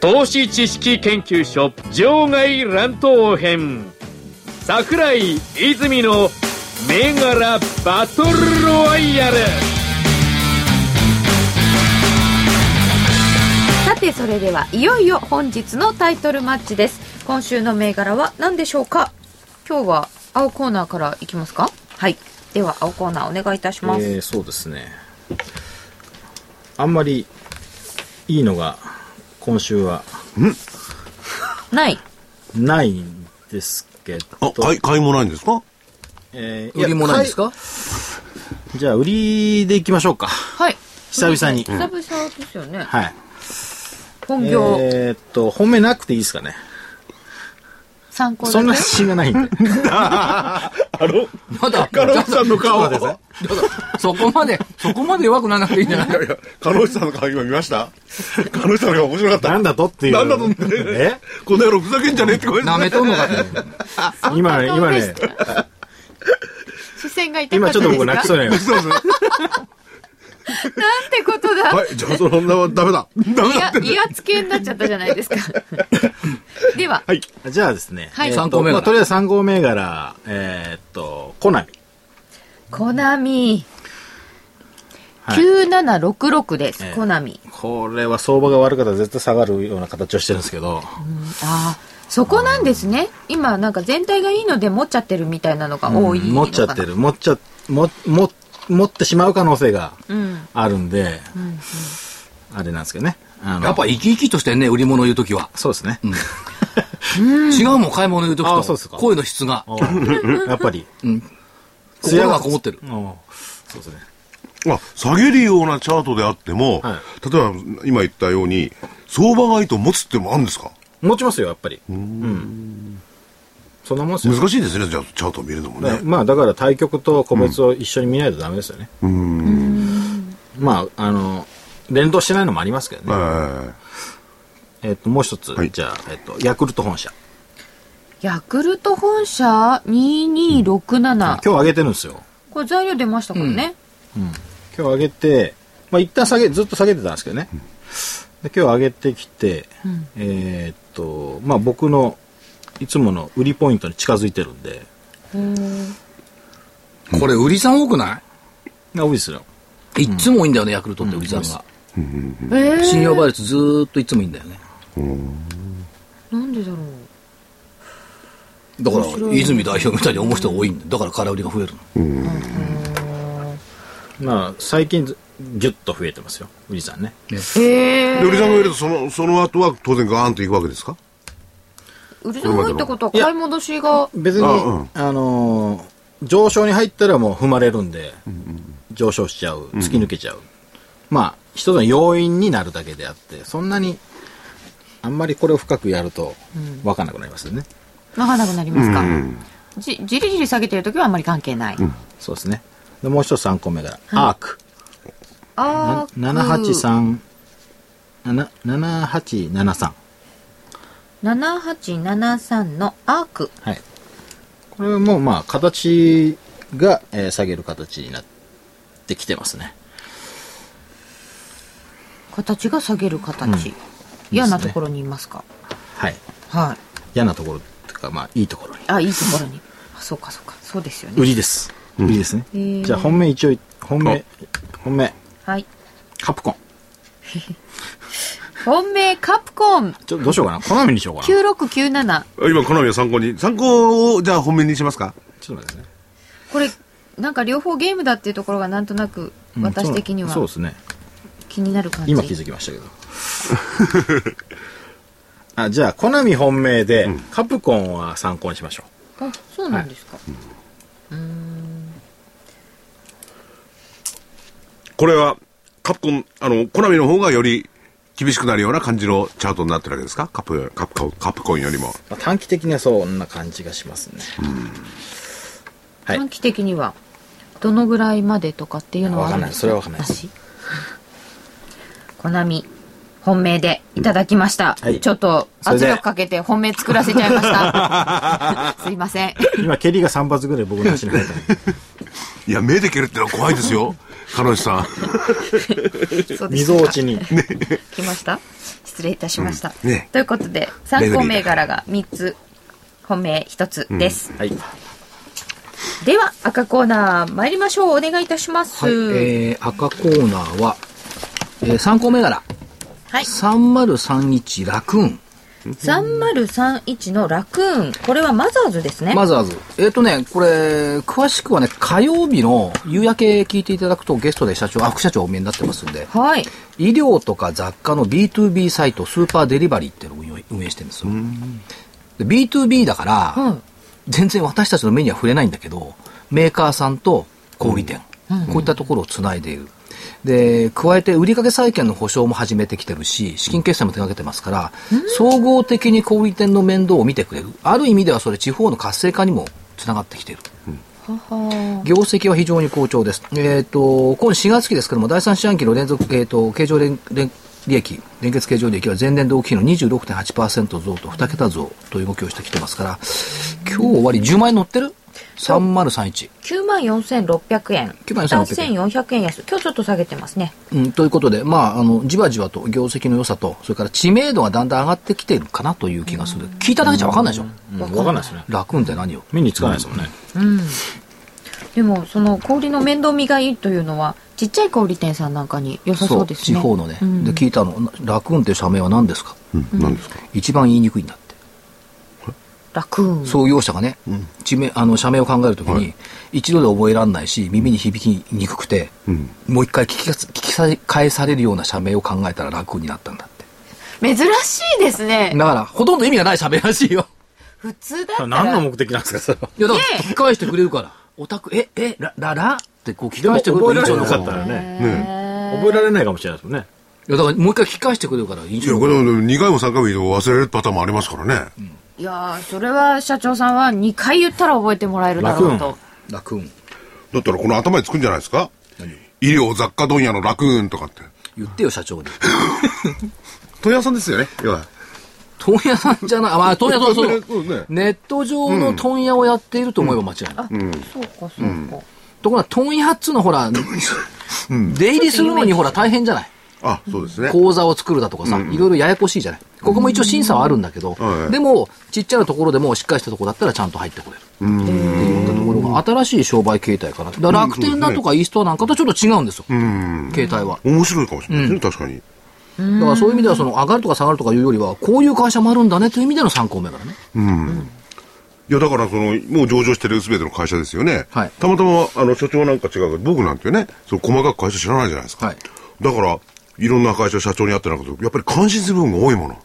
投資知識研究所場外乱闘編桜井泉の銘柄バトルロワイヤルさて、それではいよいよ本日のタイトルマッチです。今週の銘柄は何でしょうか今日は青コーナーからいきますかはい。では、青コーナーお願いいたします。えーそうですねあんまりいいのが今週はない。ないんですけあど、、買い、買いもないんですかえー売りもないんですかかじゃあ売りでいきましょうかはい。久々に久々ですよね。はい本業、えーっと本命なくていいですかね参考そんだなけ自信がないんでまだ、カロさんの顔。いやそこまで、そこまで弱くならなくていいんじゃない いや、カロさんの顔今見ましたカロさんの顔面白かった。なんだとっていうなんだと思ってえこの野郎ふざけんじゃねえって声舐めとんのかって。今今ね 視線が痛か今ったちょっとです僕か泣きそうになりましそうですねなんてことだ、はい、じゃあその女はダメだ。ダメだって。い、や、威圧系になっちゃったじゃないです か。では、たじゃあですね、はいえーっ参と考銘柄まあとりあえず参考銘柄えーっとコナミコナミ、はい9766です、コナミ。これは相場が悪かったら絶対下がるような形をしてるんですけど、ああ、そこなんですね。今、なんか全体がいいので持っちゃってるみたいなのが多いのかな、持っちゃってる持っちゃもも持ってしまう可能性がうん。あるんで、あれなんですけどねあのやっぱ生き生きとしてんね、売り物言うときは。そうですね、違うもん、買い物言うとあそうっきすと、か声の質が、おう やっぱり心がこもってる。おうそうですねまあ、下げるようなチャートであっても、は例えば今言ったように、相場がいいと持つってもあるんですか持ちますよやっぱりうんそんなもんですよ、難しいですね、じゃあチャートを見るのもね。ねまあだから対局と個別を一緒に見ないとダメですよねまああの連動してないのもありますけどえね、ええっと、もう一つ、はいじゃあ、えっと、ヤクルト本社。ヤクルト本社2267。今日上げてるんですよ。これ材料出ましたからね。今日上げて、まあ、一旦下げ、ずっと下げてたんですけどね。で今日上げてきて、えーっと、まあ、僕の、いつもの売りポイントに近づいてるんで、これ、売りさん多くなな多いですよ。いいっつも多いんだよね、ヤクルトって売りさんが。えー信用倍率ずーっといつもいいんだよね。なんでだろう。だから、泉代表みたいに思う人が多いんだだから空売りが増えるの。まあ、最近ず、ぎゅっと増えてますよ、売りさんね。えで、売りさんがいると、その、その後は当然ガーンと行くわけですか売りさんが入ったことは買い戻しが。別に、ああうんのー上昇に入ったらもう踏まれるんで、上昇しちゃう、突き抜けちゃう。まあ、一つの要因になるだけであって、そんなに、あんまりこれを深くやると、わかんなくなりますよね。わかんなくなりますか。じじりじり下げてるときはあんまり関係ない。そうですね。で、もう一つ3個目が、アーク。あなー783、な7873。 7873のアーク。はい。これもまあ、形が、えー下げる形になってきてますね。形が下げる形。嫌なところにいますか。はい。はい。嫌なところとか、まあ、いいところに。あ、いいところ に。あそうかそうか。そうですよ売ね。りです。売りですね。ーじゃあ、本命一応、本命、本命、はい。カプコン。本命カプコンちょっとどうしようかな。好みにしようかな。ちょ9697。あ今、好みは参考に。参考を、じゃあ本命にしますかっと待ってね。これ、なんか両方ゲームだっていうところがなんとなくうん私的にはそうそうですね。気になる感じ。今気づきましたけど。 あじゃあ、コナミ本命で、カプコンは参考にしましょあ、そうなんですか。これは、カプコン、あの、コナミの方がより厳しくなるような感じのチャートになってるわけですかカプ、カプコン、カプコンよりも。う。まあ、短期的にはそんな感じがしますね。はい短期的にはどのぐらいまでとかっていうのはあるんですかいやわかんないなそれはわかんないしコナミ本命でいただきました、はいちょっとそれ圧で力かけて本命作らせちゃいましたす いません今、蹴りが3発ぐらい僕の足に入ったんで。いや、目で蹴るってのは怖いです よ。彼女さん。そうで 溝す落かちに。来ました失礼いたしました、うんねということで参考銘柄が3つ本命1つです、はい。では赤コーナー参りましょうお願いいたします、はい、えー、赤コーナーは、えー、参考銘柄。はい3031ラクーン。 3031のラクーンこれはマザーズですねマザーズ。えっ、とね、これ、詳しくはね、火曜日の夕焼け聞いていただくとゲストで社長、あ、副社長お見えになってますんで、はい医療とか雑貨の B2B サイト、スーパーデリバリーっていうのを運用運営してるんですよ。で B2B だから、うん全然私たちの目には触れないんだけど、メーカーさんと小売店、こういったところをつないでいる。で、加えて売掛債権の保証も始めてきてるし、資金決済も手掛けてますから、総合的に小売店の面倒を見てくれる。ある意味ではそれ地方の活性化にもつながってきている。業績は非常に好調です。えっ、と、今4月期ですけども、第3四半期の連続、えっ、と、経常連、連利益、連結経常利益は前年同期比の26.8%増と2桁増という動きをしてきてますから、今日終わり10万円乗ってる ?3031。 9万4600円。 94,600 8400円安。今日ちょっと下げてますね。うん、ということで、まあ、あの、じわじわと業績の良さと、それから知名度がだんだん上がってきてるかなという気がする。聞いただけじゃ分かんないでしょ。うん、わかんないですね。楽運って何よ。目につかないですもんね。でも、その氷の面倒見がいいというのは、ちっちゃい小売店さんなんかに良さそうです地ね。方のね。うんで、聞いたの、楽運っていう社名は何ですかうん、何ですか一番言いにくいんだって。楽運。創業者がね、地名あの社名を考えるときに、一度で覚えられないし、耳に響きにくくて、うん。もう一回聞きか聞きさ返されるような社名を考えたら楽になったんだって。珍しいですね。だから、ほとんど意味がない社名らしいよ。普通だった何のら。目的なんですか、それ は。 いや、だから聞き返してくれるから、オタク、え、え、ラ、ラ、ラってこう聞き返してくれると覚えら印れ象にな残るかったらね。ね覚えられないかもしれないですもんね。いや、だからもう一回聞き返してくれるから印い象にや、こ残れる。でも2回も3回も忘れるパターンもありますからね。いやー、それは社長さんは2回言ったら覚えてもらえるだろう楽と。楽運。だったらこの頭につくんじゃないですか医療雑貨問屋の楽運とかって。言ってよ、社長に。問屋さんですよね、要は。問屋さんじゃない、あ、まあ、問屋さん、そ問 う屋そうねネット上の問屋をやっていると思えば間違いない。そうか、そうか。ところが問屋っつうのはほら、出入りするのにほら大変じゃない。あ、そうですね。口座を作るだとかさ、いろいろややこしいじゃない。ここも一応審査はあるんだけどは、いでも、ちっちゃなところでもしっかりしたところだったらちゃんと入ってこれる。っていったところが新しい商売形態かな。だから楽天だとかイーストアなんかとちょっと違うんですよ。うん。形態は。面白いかもしれないですね、確かに。だからそういう意味では、その上がるとか下がるとかいうよりは、こういう会社もあるんだねという意味での参考銘柄ね。いや、だから、その、もう上場してる全ての会社ですよね。はいたまたま、あの、所長なんか違うけど、僕なんてね、その細かく会社知らないじゃないですか。はいだから、いろんな会社社長に会ってなんかと、やっぱり関心する部分が多いもの。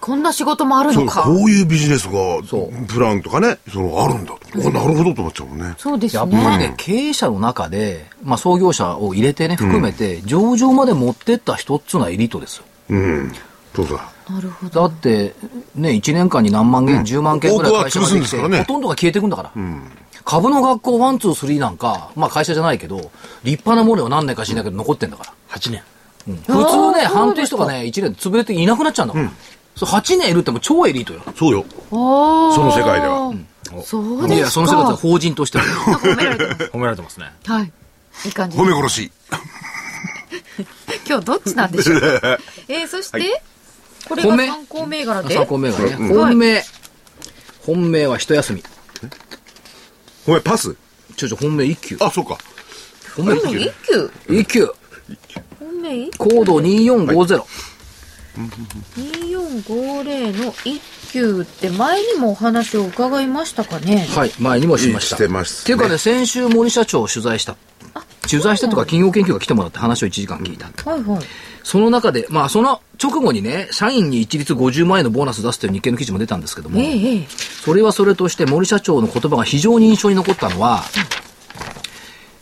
こんな仕事もあるそのう、か。こういうビジネスがそう、プランとかね、その、あるんだと。あ、なるほどと思っちゃうもんね。そうですやっぱりね。ね、経営者の中で、まあ創業者を入れてね、含めて、上場まで持ってった人っつうのはエリートですよ。うん。そうだ。なるほど。だって、ね、1年間に何万件、10万件ぐらい会社ができて、多くは潰すんですからねほとんどが消えていくんだから。株の学校1、2、3なんか、まあ会社じゃないけど、立派なものよ何年か知んないけど残ってんだから。 8年。うん普通ね、あーそう半で年すとかかね、1年潰れていなくなっちゃうんだから。それ8年いるってもう超エリートよ。そうよ。おーその世界ではそういですや、か。その人たちは法人としては。なんか褒められて ます褒められてますね。はい。いい感じ褒。め殺し。 今日どっちなんでしょう。えー、そして、これが参考銘柄で。参考銘柄ね。ん本命。本命は一休み。ごめん、パスちょちょ、本命一休。あ、そうか。本命一本命休一。級。一休。本命一コード2450。 2450の一級って前にもお話を伺いましたかね。はい、前にもしました。してますねっていうかね、先週森社長を取材した。取材したとか、企業研究が来てもらって話を1時間聞いた。はいはい。その中で、まあ、その直後にね、社員に一律50万円のボーナス出すという日経の記事も出たんですけども、ええええ。それはそれとして森社長の言葉が非常に印象に残ったのは、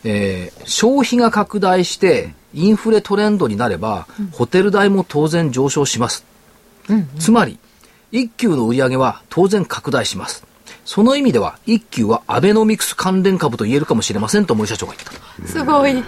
えー消費が拡大してインフレトレンドになれば、ホテル代も当然上昇します。つまり、一級の売り上げは当然拡大します。その意味では、一級はアベノミクス関連株と言えるかもしれませんと森社長が言ってた。すごい。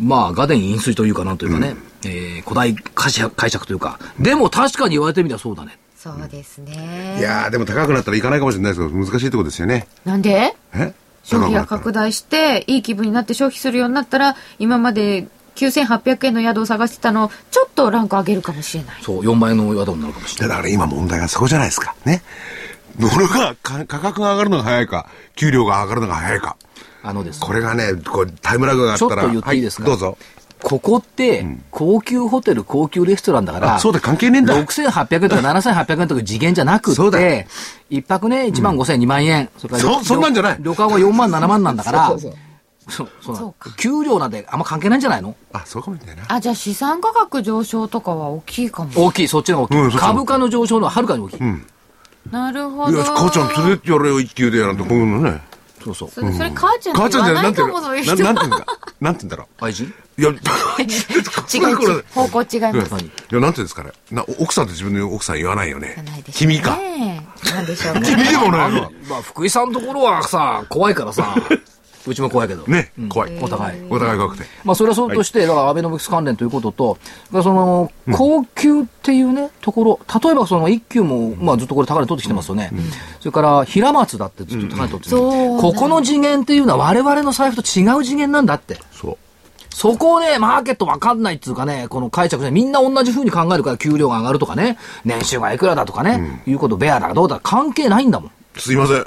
まあ、ガデン飲水というか、なんというかね、えー古代解釈解釈というか、でも確かに言われてみればそうだね。そうですね。いやー、でも高くなったらいかないかもしれないですけど、難しいとこですよね。なんでえ消費が高くなったら拡大して、いい気分になって消費するようになったら、今まで9800円の宿を探してたのを、ちょっとランク上げるかもしれない。そう、4万円の宿になるかもしれない。だから今問題がそこじゃないですか。ね。物がか、価格が上がるのが早いか、給料が上がるのが早いか。あのですねこれがね、こう、タイムラグがあっちょったら。と言っていいですか、はいどうぞ。ここって、高級ホテル、高級レストランだから、あそうだ関係ねえんだ6800円 とか7800円とか次元じゃなくそうだて、一泊ね、1万5000円、2万円。それからそそんなんじゃない旅館は4万、7万なんだから、そうそうなのそうか給料なんてあんま関係ないんじゃないのあ、そうかもしれないな。あ、じゃあ資産価格上昇とかは大きいかも。大きい、そっちの方が大きい。うんそっちの方が株価の上昇の方がはるかに大きい。なるほいど。や、母ちゃん連れてってやれよ、一級でやなんて、こういうのね。そうそう。それ、それ母ちゃん母ってちゃ言んじわゃないてか言うも、のそういうな人なんて言うは。んだ。なんて言うんだろ愛人う。いや、 違これうこ違うれ。方向違います。何 いや、なんていうんですかね。な、奥さんって自分の奥さん言わないよねじゃない。でしょうね君か。。なんでしょうね。君でもないわ。まあ、福井さんのところはさ、怖いから さ、うちも怖いけど。ね、怖い。お互い。お互い怖くて。まあ、それはそれとして、だからアベノミクス関連ということと、だからその高級っていうね、ところ、例えばその一級も、まあ、ずっとこれ、高値取ってきてますよね、それから平松だってずっと高値取ってきてる、うんここの次元っていうのは、我々の財布と違う次元なんだって、そう。そこをね、マーケット分かんないっていうかね、この解釈ね、みんな同じ風に考えるから、給料が上がるとかね、年収がいくらだとかね、いうこと、ベアだかどうだ、関係ないんだもん。すいません。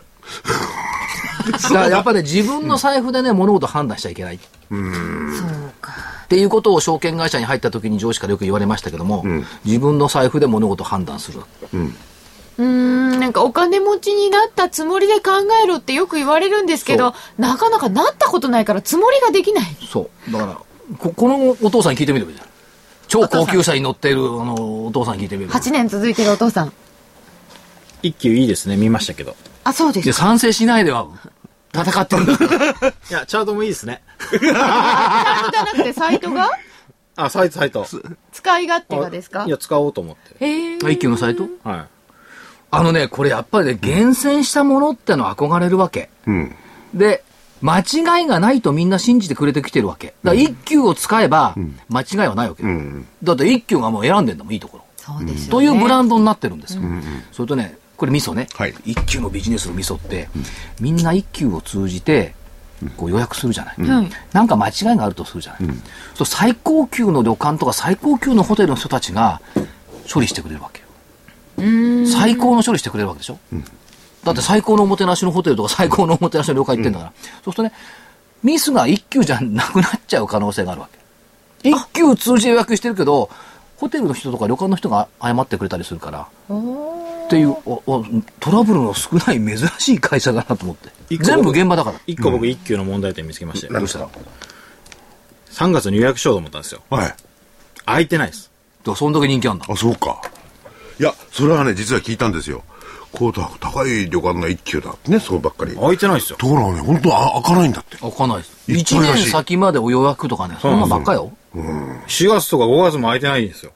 だからやっぱり、ね、自分の財布でね、物事判断しちゃいけない。そうか。っていうことを証券会社に入った時に上司からよく言われましたけども、自分の財布で物事を判断する。うーん、なんかお金持ちになったつもりで考えろってよく言われるんですけど、なかなかなったことないからつもりができない。そう。だから、ここのお父さんに聞いてみればいいじゃん。超高級車に乗っている、あの、お父さんに聞いてみればいい。 8年続いてるお父さん。一級いいですね、見ましたけど。あ、そうでいや、す。賛成しないでは、戦ってるんだから。 いや、チャートもいいですね。サイトじゃなくてサイトがあ、サイト、サイト。使い勝手がですかいや、使おうと思って。へえ。一級のサイトはあのね、これやっぱりね、厳選したものってのは憧れるわけ。うん。で、間違いがないとみんな信じてくれてきてるわけ。だから一級を使えば、間違いはないわけ。んだって一級がもう選んでんだもん、いいところ。そうですよね。というブランンドになってるんですよ。それとね、これ味噌ね、はい一級のビジネスの味噌って、みんな一級を通じて、こう予約するじゃない、はいなんか間違いがあるとするじゃない、そう最高級の旅館とか最高級のホテルの人たちが処理してくれるわけよ。最高の処理してくれるわけでしょ、だって最高のおもてなしのホテルとか最高のおもてなしの旅館行ってんだから、そうするとねミスが一級じゃなくなっちゃう可能性があるわけ一級通じて予約してるけどホテルの人とか旅館の人が謝ってくれたりするからっていうおおトラブルの少ない珍しい会社だなと思って一個全部現場だから一個僕一級の問題点見つけまして、どうしたらだか3月に予約しようと思ったんですよ。はい。空いてないです。らそんだけ人気あんだあ、そうか。いや、それはね、実は聞いたんですよ。こうた高い旅館が一級だってね、そこばっかり。と空いてないですよ。ころがね、本当は開かないんだって。開かないですいっぱ1いらしい年先までお予約とかねそんなんばっかよ4月とか5月も空いてないんですよ。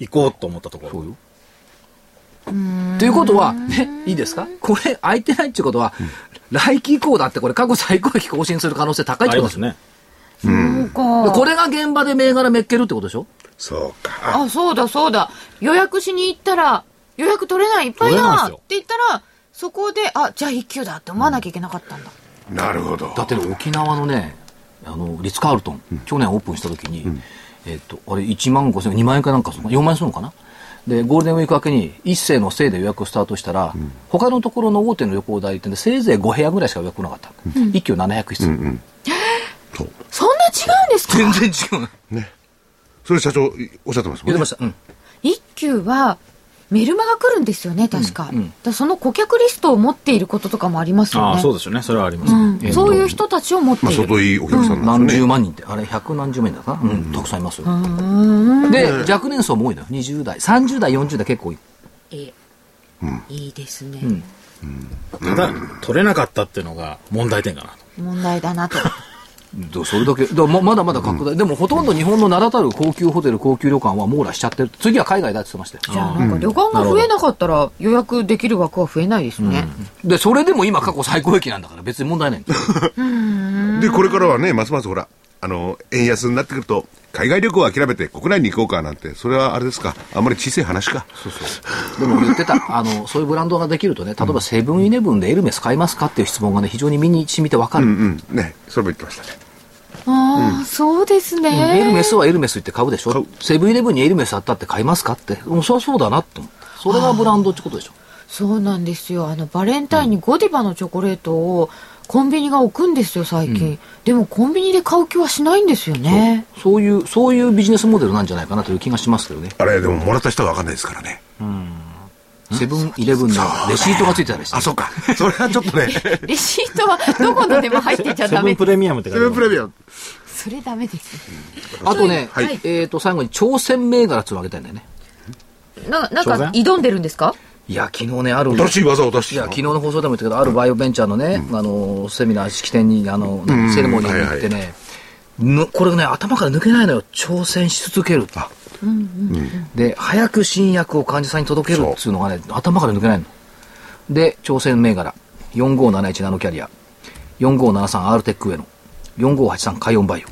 行こうと思ったとこそうろ。よ。ということは、ね、いいですかこれ空いてないっていうことは、来期以降だってこれ過去最高益更新する可能性高いっあてりことまですすよ。ね。でこれが現場で銘柄めっけるってことでしょそうか。あ、そうだそうだ。予約しに行ったら、予約取れないいっぱい取れないんだですっよて言ったら、そこで、あ、じゃあ一級だって思わなきゃいけなかったんだ。なるほど。だってね沖縄のね、あの、リッツ・カールトン、去年オープンした時に、えっと、あれ1万5千、2万円かなんかするのか、4万円するのかなで、ゴールデンウィーク明けに、一世のせいで予約をスタートしたら、他のところの大手の旅行代理店でせいぜい5部屋ぐらいしか予約来なかった。一挙700室。そんな違うんですか全然違う。それ社長、いおっしゃってますも言ってんねま。した。うん。一級は、メルマが来るんですよね、確か。うんうんだからその顧客リストを持っていることとかもありますよね。ああ、そうですよね。それはありますね。うんそういう人たちを持ってまあ、い相る。当いいお客さんなん何ですよ十ね。万人って、あれ、百何十万人だかな、うん、たくさんいますよ。で、若年層も多いのよ。20代、30代、40代結構多い。えいいですね。んただ、取れなかったっていうのが問題点かなと。問題だなと。だそれだけ、だままだまだ拡大、でもほとんど日本の名だたる高級ホテル、高級旅館は網羅しちゃってる。次は海外だって言ってました じよ。ゃあなんか旅館が増えなかったら予約できる枠は増えないですね。で、それでも今過去最高益なんだから別に問題ないんですよ。で、これからはね、ますますほら、あの、円安になってくると、海外旅行は諦めて国内に行こうかなんて、それはあれですか、あんまり小さい話か。でも言ってた、あの、そういうブランドができるとね、例えばセブンイレブンでエルメス買いますかっていう質問がね、非常に身に染みてわかうる。んうん。ね、それも言ってましたね。ああ、そうですね。エルメスはエルメスって買うでし買ょうセブンイレブンにエルメスあったって買いますかって。うん、そりゃそうだなって思って。それがブランドってことでしょ。そうなんですよ。あの、バレンタインにゴディバのチョコレートをコンビニが置くんですよ、最近。でもコンビニで買う気はしないんですよね。そういう、そういうビジネスモデルなんじゃないかなという気がしますけどね。あれ、でももらった人は分かんないですからね。セブンイレブンのレシートがついてたりしてあ、。そうか。それはちょっ とね、セレシートはどこのでも入ってちゃセダブンメプ。レミアムって書いてあブるンプレミアム。それダメです。あとね、はいえっ、と、最後に挑戦銘柄っていうのをあげたいんだよね。な、なんか挑戦挑んでるんですかいや、昨日ね、ある。新しい技を出しいてやたの昨日の放送でも言ったけど、あるバイオベンチャーのね、あのセミナー、式典に、あの、んセレモニーに行ってね、ぬこれね、頭から抜けないのよ、挑戦し続けると、で、早く新薬を患者さんに届けるっていうのがね、頭から抜けないの。で、挑戦銘柄、4571ナノキャリア、4573アルテックウェノ、4583カイオンバイ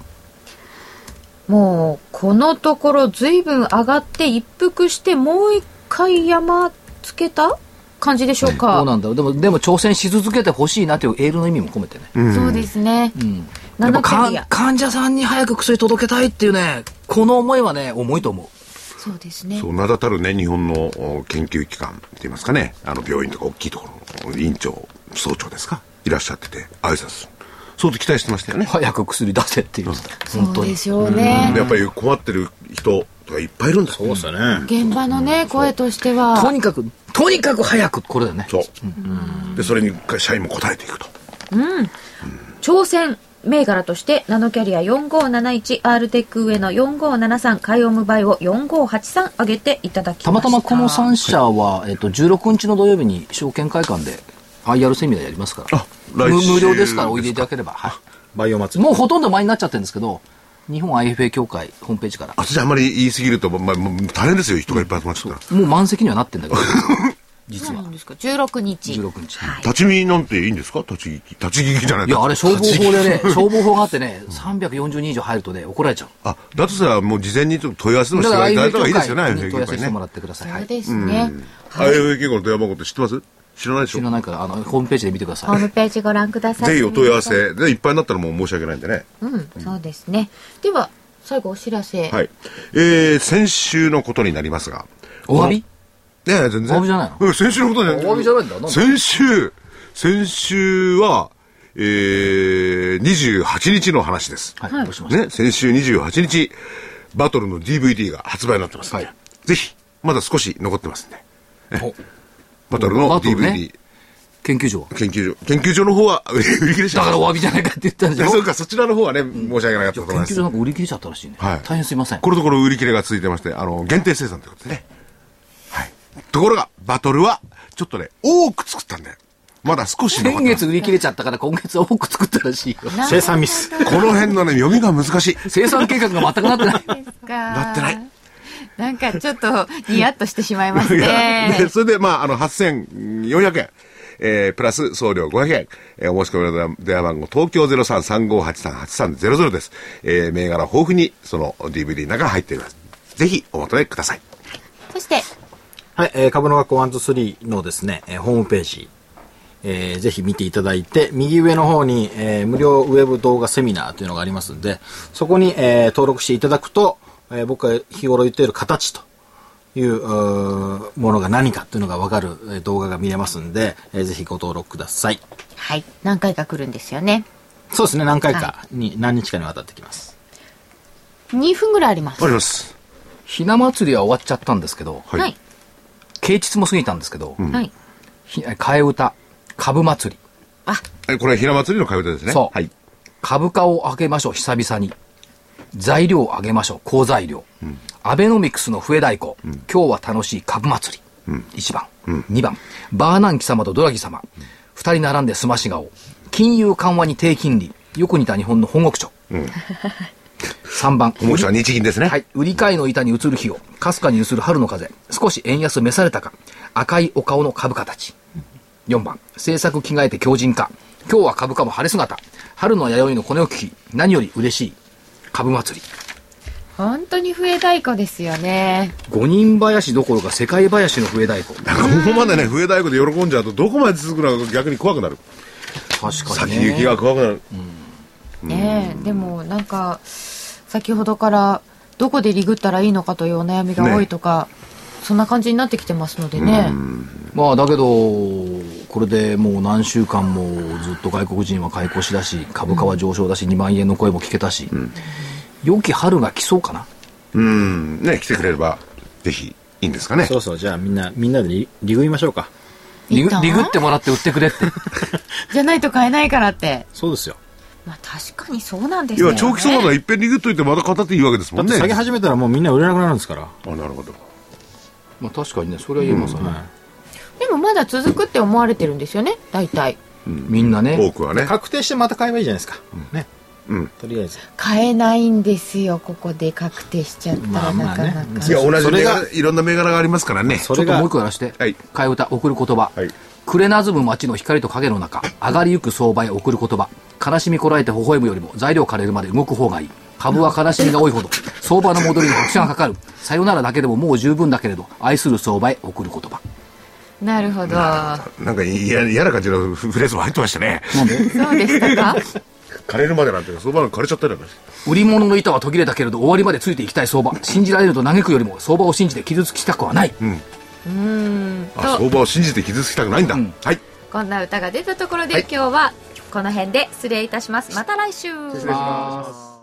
オ。もう、このところずいぶん上がって一服してもう一回山つけた感じでしょうか。どうなんだろう、でも、でも挑戦し続けてほしいなというエールの意味も込めてね。そうですね。やっぱナノキャかリア。患者さんに早く薬届けたいっていうね、この思いはね、重いと思う。そうですねそ。う名だたるね日本のお研究機関って言いますかねあの病院とか大きいところの院長総長ですかいらっしゃってて挨拶相当期待してましたよね、早く薬出せっていう。本そ当うでに。しょうねで。やっぱり困ってる人とかいっぱいいるんだそうですよね。現場のね、声としてとは。にかく、とにかく早くこれだよね。そう、でそれに社員も応えていくと挑戦銘柄としてナノキャリア4571アールテック上の4573カイオムバイを4583上げていただきましたたまたまこの3社は、えっと、16日の土曜日に証券会館で IR セミナーやりますから。あ来無週無料ですから、おいでいただければ。はバイオい。祭り。もうほとんど前になっちゃってるんですけど、日本 IFA 協会ホームページから。あそれじゃあんまり言い過ぎると、まあ、もう大変ですよ人がいっぱい集まっちゃったら、もう満席にはなってんだけど。実そうなはん。ですか16日16日。はい立ち見なんていいんですか立ち聞き。立ち聞きじゃないいや、あれ、消防法でね、消防法があってね、340人以上入るとね、怒られちゃう。あ、だとしたらもう事前にちょっと問い合わせでもしだてから、いただあいた方がいいですよね、ああいあういうに問い合わせしてもらってください。はそうい。ですね、はい IFA の電話番号って知ってます知らないでし知ょらないから、あの、ホームページで見てくださホーい。ムページご覧くださいぜひお問い合わせでいっぱいになったらもう申し訳ないんでね。うんそうですねでは最後お知らせ、はい。えー、先週のことになりますが。お詫びいやいや、全然。お詫びじゃないのうん先週のことじゃない。お詫びじゃないんだなんで先週、先週は、えー、28日の話です。はい。どうしましたね、先週28日、バトルの DVD が発売になってますんで、はいぜひ、まだ少し残ってますんで。ねおバトルのバトル DVD、ね研究所は。研究所。研究所の方は売り切れ ちゃだった。からお詫びじゃないかって言ったんでしょそうか、そちらの方はね、申し訳なかったと研思いま究す所。なんか売り切れちゃったらしいね。はい大変すいません。このところ売り切れが続いてまして、あの、限定生産ということでね。はい。ところが、バトルは、ちょっとね、多く作ったんで、まだ少し残っ先てます月売り切れちゃったから今月は多く作ったらしいよ。な生産ミス。この辺のね、読みが難しい。 生産計画が全くなってない。ななってないなんかちょっとニヤッとしてしまいますいやね でそれで、まあ、あの、8400円。えー、プラス送料500円。えー、お申し込みの電話番号、東京0335838300です。えー、銘柄豊富に、その DVD の中に入っています。ぜひ、お求めください。そしてはい、えー株の学校123のですね、えーホームページ、えーぜひ見ていただいて、右上の方に、えー無料ウェブ動画セミナーというのがありますんで、そこに、えー登録していただくと、えー僕が日頃言っている形といううーものが何かというのがわかるえー動画が見れますんで、えーぜひご登録ください。はい何回か来るんですよねそうですね、何回かに、何日かにわたってきます。 2分ぐらいありますあります。 ひな祭りは終わっちゃったんですけど、はいはい、慶日も過ぎたんですけど、はいひ替え歌、株祭り。あえこれ、ひな祭りの買い歌ですね。そうはい。株価を上げましょう、久々に。材料を上げましょう、高材料。アベノミクスの笛太鼓、今日は楽しい株祭り。1番、2番、バーナンキ様とドラギ様。2人並んでスマシ顔。金融緩和に低金利。よく似た日本の本国庁。3番、もう一は日銀ですね。はい。売り買いの板に映る日を、かすかに映る春の風、少し円安召されたか、赤いお顔の株価たち。4番、政策着替えて強靭化。今日は株価も晴れ姿。春の弥生の骨を聞き、何より嬉しい。株祭り。本当に笛太鼓ですよね五人林どころか世界林の笛太鼓。なんかここまでね、笛太鼓で喜んじゃうと、どこまで続くのか逆に怖くなる。確か先に、ね。行きが怖くなる。ねえでもなんか先ほどからどこでリグったらいいのかというお悩みが多いとか、そんな感じになってきてますのでね、まあだけど、これでもう何週間もずっと外国人は買い越しだし、株価は上昇だし、2万円の声も聞けたし、良き春が来そうかな。うん。ね、来てくれれば、ぜひ、いいんですかねそ。ろそろじゃあみんな、みんなでリリグいましょうか。リグいいかリグってもらって売ってくれって。じゃないと買えないからってそうですよ。まあ確かにそうなんですいよや、ね長期相場のいっぺんにグっといて、また語っていいわけですだもっんてね。下げ始めたらもうみんな売れなくなるんですから。あ、なるほど。まあ確かにね、それは言えますよね。でもまだ続くって思われてるんですよね大体みんな多ね。くはね。確定してまた買えばいいじゃないですか。ね。うん。とりあえず。買えないんですよここで確定しちゃったまらあなまかあなねか、いや、同じそれ銘が柄、いろんな銘柄がありますからね。そちょれっともうが一、個やらして。はい替え歌、送る言葉。はいくれなずむ街の光と影の中、上がりゆく相場へ送る言葉。悲しみこらえて微笑むよりも、材料枯れるまで動く方がいい。株は悲しみが多いほど、相場の戻りに拍車がかかる。さよならだけでももう十分だけれど、愛する相場へ送る言葉。なるほどなんか嫌嫌な感じのフレーズも入ってましたね。なんでそうでしたか枯れるまでなんて、その場の枯れちゃったりなんかして売り物の板は途切れたけれど、終わりまでついていきたい相場。信じられると嘆くよりも、相場を信じて傷つきたくはない。あ、相場を信じて傷つきたくないんだ。うんはい。こんな歌が出たところで、今日はこの辺で失礼いたしますまた来週失礼します。